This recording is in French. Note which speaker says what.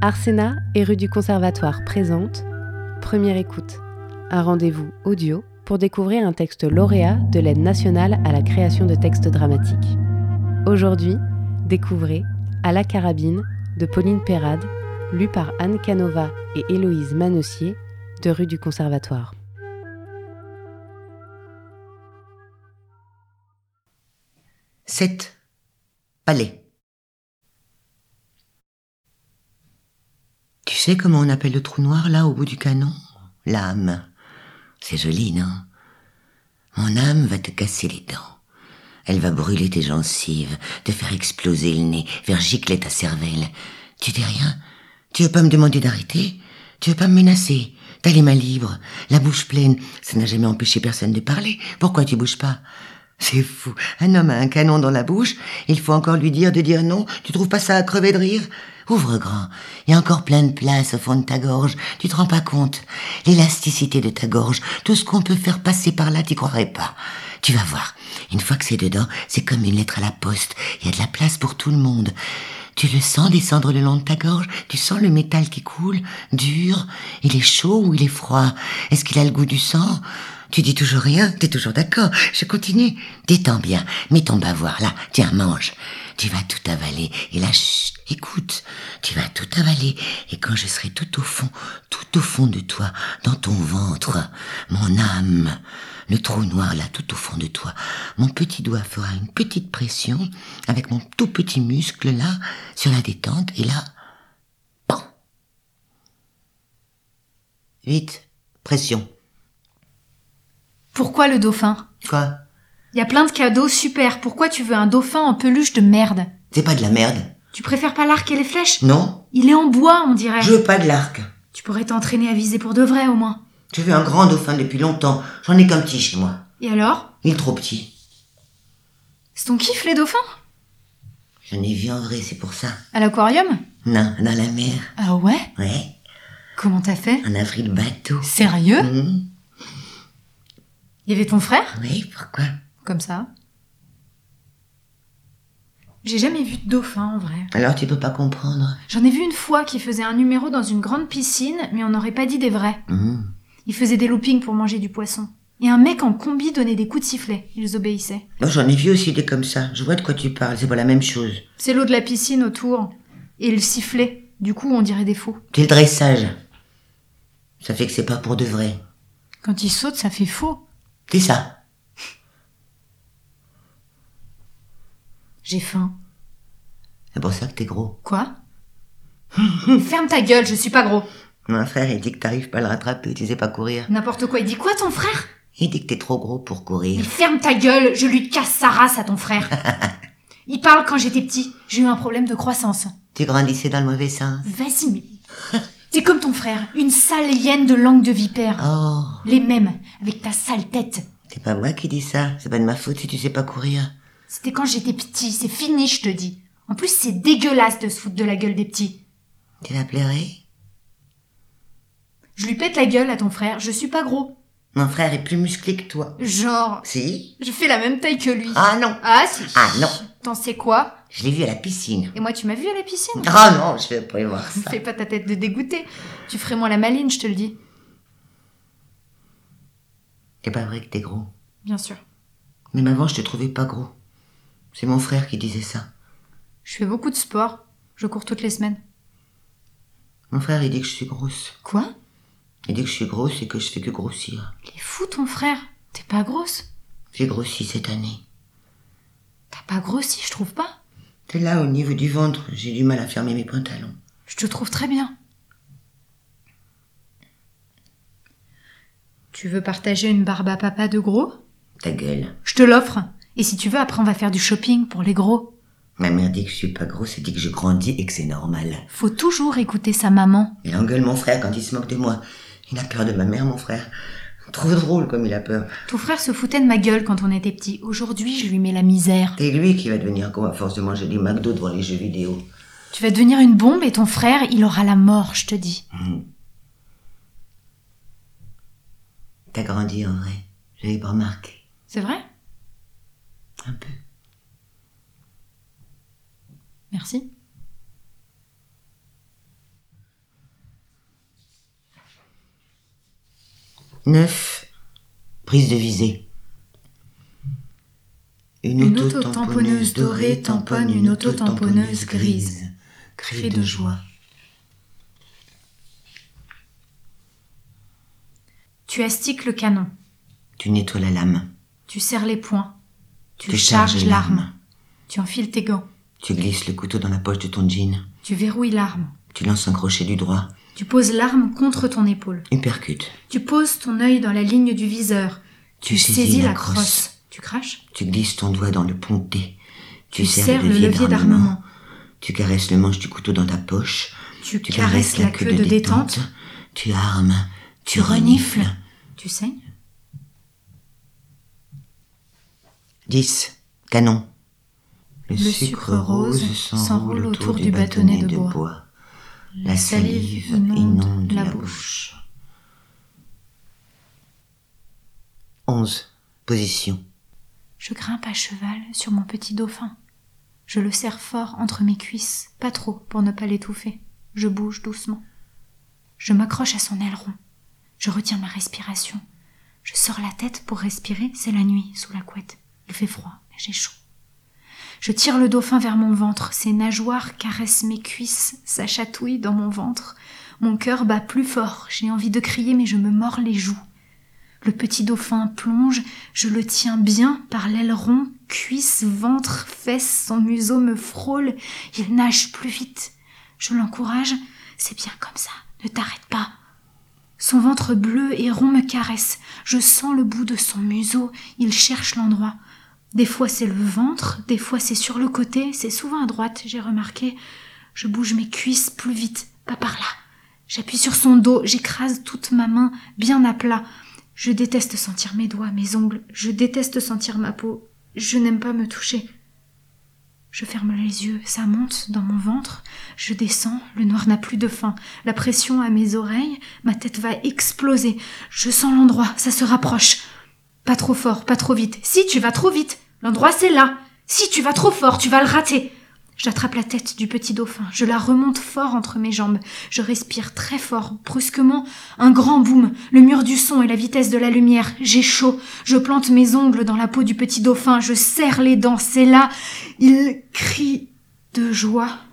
Speaker 1: Arsena et rue du Conservatoire présente Première écoute, un rendez-vous audio pour découvrir un texte lauréat de l'aide nationale à la création de textes dramatiques. Aujourd'hui, découvrez À la carabine de Pauline Perrade, lu par Anne Canova et Héloïse Manessier de rue du Conservatoire.
Speaker 2: « 7. Palais. Tu sais comment on appelle le trou noir là au bout du canon L'âme. C'est joli, non Mon âme va te casser les dents. Elle va brûler tes gencives, te faire exploser le nez, faire gicler ta cervelle. Tu dis rien Tu veux pas me demander d'arrêter Tu veux pas me menacer T'as les mains libres, la bouche pleine. Ça n'a jamais empêché personne de parler. Pourquoi tu bouges pas c'est fou. Un homme a un canon dans la bouche. Il faut encore lui dire de dire non. Tu trouves pas ça à crever de rire Ouvre grand. Il y a encore plein de place au fond de ta gorge. Tu te rends pas compte. L'élasticité de ta gorge. Tout ce qu'on peut faire passer par là, t'y croirais pas. Tu vas voir. Une fois que c'est dedans, c'est comme une lettre à la poste. Il y a de la place pour tout le monde. Tu le sens descendre le long de ta gorge, tu sens le métal qui coule, dur, il est chaud ou il est froid, est-ce qu'il a le goût du sang Tu dis toujours rien, t'es toujours d'accord, je continue. Détends bien, mets ton bavoir là, tiens, mange. Tu vas tout avaler, et là, chut, écoute, tu vas tout avaler, et quand je serai tout au fond, tout au fond de toi, dans ton ventre, mon âme, le trou noir là, tout au fond de toi, mon petit doigt fera une petite pression avec mon tout petit muscle là, sur la détente, et là, pan. 8. Pression.
Speaker 3: Pourquoi le dauphin
Speaker 2: Quoi
Speaker 3: Il y a plein de cadeaux super. Pourquoi tu veux un dauphin en peluche de merde
Speaker 2: C'est pas de la merde
Speaker 3: Tu préfères pas l'arc et les flèches
Speaker 2: Non
Speaker 3: Il est en bois, on dirait.
Speaker 2: Je veux pas de l'arc.
Speaker 3: Tu pourrais t'entraîner à viser pour de vrai au moins.
Speaker 2: Je veux un grand dauphin depuis longtemps. J'en ai qu'un petit chez moi.
Speaker 3: Et alors
Speaker 2: Il est trop petit.
Speaker 3: C'est ton kiff les dauphins
Speaker 2: J'en ai vu en vrai, c'est pour ça.
Speaker 3: À l'aquarium
Speaker 2: Non, dans la mer.
Speaker 3: Ah ouais
Speaker 2: Ouais.
Speaker 3: Comment t'as fait
Speaker 2: On a pris le bateau.
Speaker 3: Sérieux
Speaker 2: Hum,
Speaker 3: Il y avait ton frère
Speaker 2: Oui, pourquoi
Speaker 3: Comme ça. J'ai jamais vu de dauphin en vrai.
Speaker 2: Alors tu peux pas comprendre.
Speaker 3: J'en ai vu une fois qui faisait un numéro dans une grande piscine, mais on n'aurait pas dit des vrais.
Speaker 2: Hum,
Speaker 3: Ils faisaient des loopings pour manger du poisson. Et un mec en combi donnait des coups de sifflet. Ils obéissaient.
Speaker 2: Moi, j'en ai vu aussi des comme ça. Je vois de quoi tu parles. C'est pas la même chose.
Speaker 3: C'est l'eau de la piscine autour. Et ils sifflaient. Du coup, on dirait des faux.
Speaker 2: C'est le dressage. Ça fait que c'est pas pour de vrai.
Speaker 3: Quand ils sautent, ça fait faux.
Speaker 2: C'est ça.
Speaker 3: J'ai faim.
Speaker 2: C'est pour ça que t'es gros.
Speaker 3: Quoi Ferme ta gueule, je suis pas gros.
Speaker 2: Mon frère, il dit que t'arrives pas à le rattraper, tu sais pas courir.
Speaker 3: N'importe quoi. Il dit quoi ton frère
Speaker 2: Il dit que t'es trop gros pour
Speaker 3: Mais
Speaker 2: courir.
Speaker 3: ferme ta gueule, je lui casse sa race à ton frère. Il parle quand j'étais petit. J'ai eu un problème de croissance.
Speaker 2: Tu grandissais dans le mauvais sens.
Speaker 3: Vas-y, mais. T'es comme ton frère, une sale hyène de langue de vipère.
Speaker 2: Oh,
Speaker 3: Les mêmes, avec ta sale tête.
Speaker 2: c'est pas moi qui dis ça. C'est pas de ma faute si tu sais pas courir.
Speaker 3: C'était quand j'étais petit, c'est fini, je te dis. En plus, c'est dégueulasse de se foutre de la gueule des petits.
Speaker 2: Tu l'as pleuré
Speaker 3: Je lui pète la gueule à ton frère, je suis pas gros.
Speaker 2: Mon frère est plus musclé que toi.
Speaker 3: Genre,
Speaker 2: Si
Speaker 3: je fais la même taille que lui.
Speaker 2: Ah non
Speaker 3: Ah, si.
Speaker 2: Ah, non.
Speaker 3: T'en sais quoi
Speaker 2: Je l'ai vu à la piscine.
Speaker 3: Et moi, tu m'as vu à la piscine
Speaker 2: Ah non, je vais pas y voir ça.
Speaker 3: Fais pas ta tête de dégoûté. Tu ferais moins la maline, je te le dis.
Speaker 2: C'est pas vrai que t'es gros.
Speaker 3: Bien sûr.
Speaker 2: Même avant, je te trouvais pas gros. C'est mon frère qui disait ça.
Speaker 3: Je fais beaucoup de sport. Je cours toutes les semaines.
Speaker 2: Mon frère, il dit que je suis grosse.
Speaker 3: Quoi
Speaker 2: Il dit que je suis grosse et que je fais que grossir.
Speaker 3: Il est fou, ton frère. T'es pas grosse.
Speaker 2: J'ai grossi cette année.
Speaker 3: T'as pas grossi, je trouve pas.
Speaker 2: C'est là, au niveau du ventre, j'ai du mal à fermer mes pantalons.
Speaker 3: Je te trouve très bien. Tu veux partager une barbe à papa de gros
Speaker 2: Ta gueule.
Speaker 3: Je te l'offre. Et si tu veux, après, on va faire du shopping pour les gros.
Speaker 2: Ma mère dit que je suis pas grosse, elle dit que je grandis et que c'est normal.
Speaker 3: Faut toujours écouter sa maman.
Speaker 2: Il engueule mon frère quand il se moque de moi. Il a peur de ma mère, mon frère. Trop drôle comme il a peur.
Speaker 3: Ton frère se foutait de ma gueule quand on était petit. Aujourd'hui, je lui mets la misère.
Speaker 2: C'est lui qui va devenir gros à force de manger du McDo devant les jeux vidéo.
Speaker 3: Tu vas devenir une bombe et ton frère, il aura la mort, je te dis.
Speaker 2: T'as grandi en vrai. J'avais pas remarqué.
Speaker 3: C'est vrai
Speaker 2: Un peu.
Speaker 3: Merci.
Speaker 2: Neuf. Prise de visée.
Speaker 3: Une auto-tamponneuse dorée tamponne une auto-tamponneuse grise. Cri de joie. Tu astiques le canon.
Speaker 2: Tu nettoies la lame.
Speaker 3: Tu serres les poings. Tu,
Speaker 2: Tu
Speaker 3: charges,
Speaker 2: charges
Speaker 3: l'arme.
Speaker 2: l'arme.
Speaker 3: Tu enfiles tes gants.
Speaker 2: Tu glisses le couteau dans la poche de ton jean.
Speaker 3: Tu verrouilles l'arme.
Speaker 2: Tu lances un crochet du droit.
Speaker 3: Tu poses l'arme contre ton épaule.
Speaker 2: Uppercut.
Speaker 3: Tu poses ton œil dans la ligne du viseur.
Speaker 2: Tu saisis la crosse.
Speaker 3: Tu craches.
Speaker 2: Tu glisses ton doigt dans le ponté. Tu,
Speaker 3: Tu serres le levier d'armement.
Speaker 2: Tu caresses le manche du couteau dans ta poche.
Speaker 3: Tu, caresses la queue de détente.
Speaker 2: Tu armes. Tu
Speaker 3: Tu
Speaker 2: renifles.
Speaker 3: renifles. Tu saignes.
Speaker 2: 10. Canon. Le,
Speaker 3: sucre rose s'enroule autour du bâtonnet de bois.
Speaker 2: La salive inonde la bouche. 11. Position.
Speaker 3: Je grimpe à cheval sur mon petit dauphin. Je le serre fort entre mes cuisses, pas trop pour ne pas l'étouffer. Je bouge doucement. Je m'accroche à son aileron. Je retiens ma respiration. Je sors la tête pour respirer, c'est la nuit sous la couette. Il fait froid, mais j'ai chaud. Je tire le dauphin vers mon ventre, ses nageoires caressent mes cuisses, ça chatouille dans mon ventre. Mon cœur bat plus fort, j'ai envie de crier mais je me mords les joues. Le petit dauphin plonge, je le tiens bien par l'aileron, cuisse, ventre, fesses, son museau me frôle, il nage plus vite. Je l'encourage, c'est bien comme ça, ne t'arrête pas. Son ventre bleu et rond me caresse, je sens le bout de son museau, il cherche l'endroit. Des fois c'est le ventre, des fois c'est sur le côté, c'est souvent à droite, j'ai remarqué. Je bouge mes cuisses plus vite, pas par là. J'appuie sur son dos, j'écrase toute ma main, bien à plat. Je déteste sentir mes doigts, mes ongles, je déteste sentir ma peau, je n'aime pas me toucher. Je ferme les yeux, ça monte dans mon ventre, je descends, le noir n'a plus de fin, la pression à mes oreilles, ma tête va exploser, je sens l'endroit, ça se rapproche. Pas trop fort, pas trop vite. Si tu vas trop vite, l'endroit c'est là. Si tu vas trop fort, tu vas le rater. J'attrape la tête du petit dauphin, je la remonte fort entre mes jambes, je respire très fort, brusquement, un grand boom, le mur du son et la vitesse de la lumière, j'ai chaud, je plante mes ongles dans la peau du petit dauphin, je serre les dents, c'est là, il crie de joie.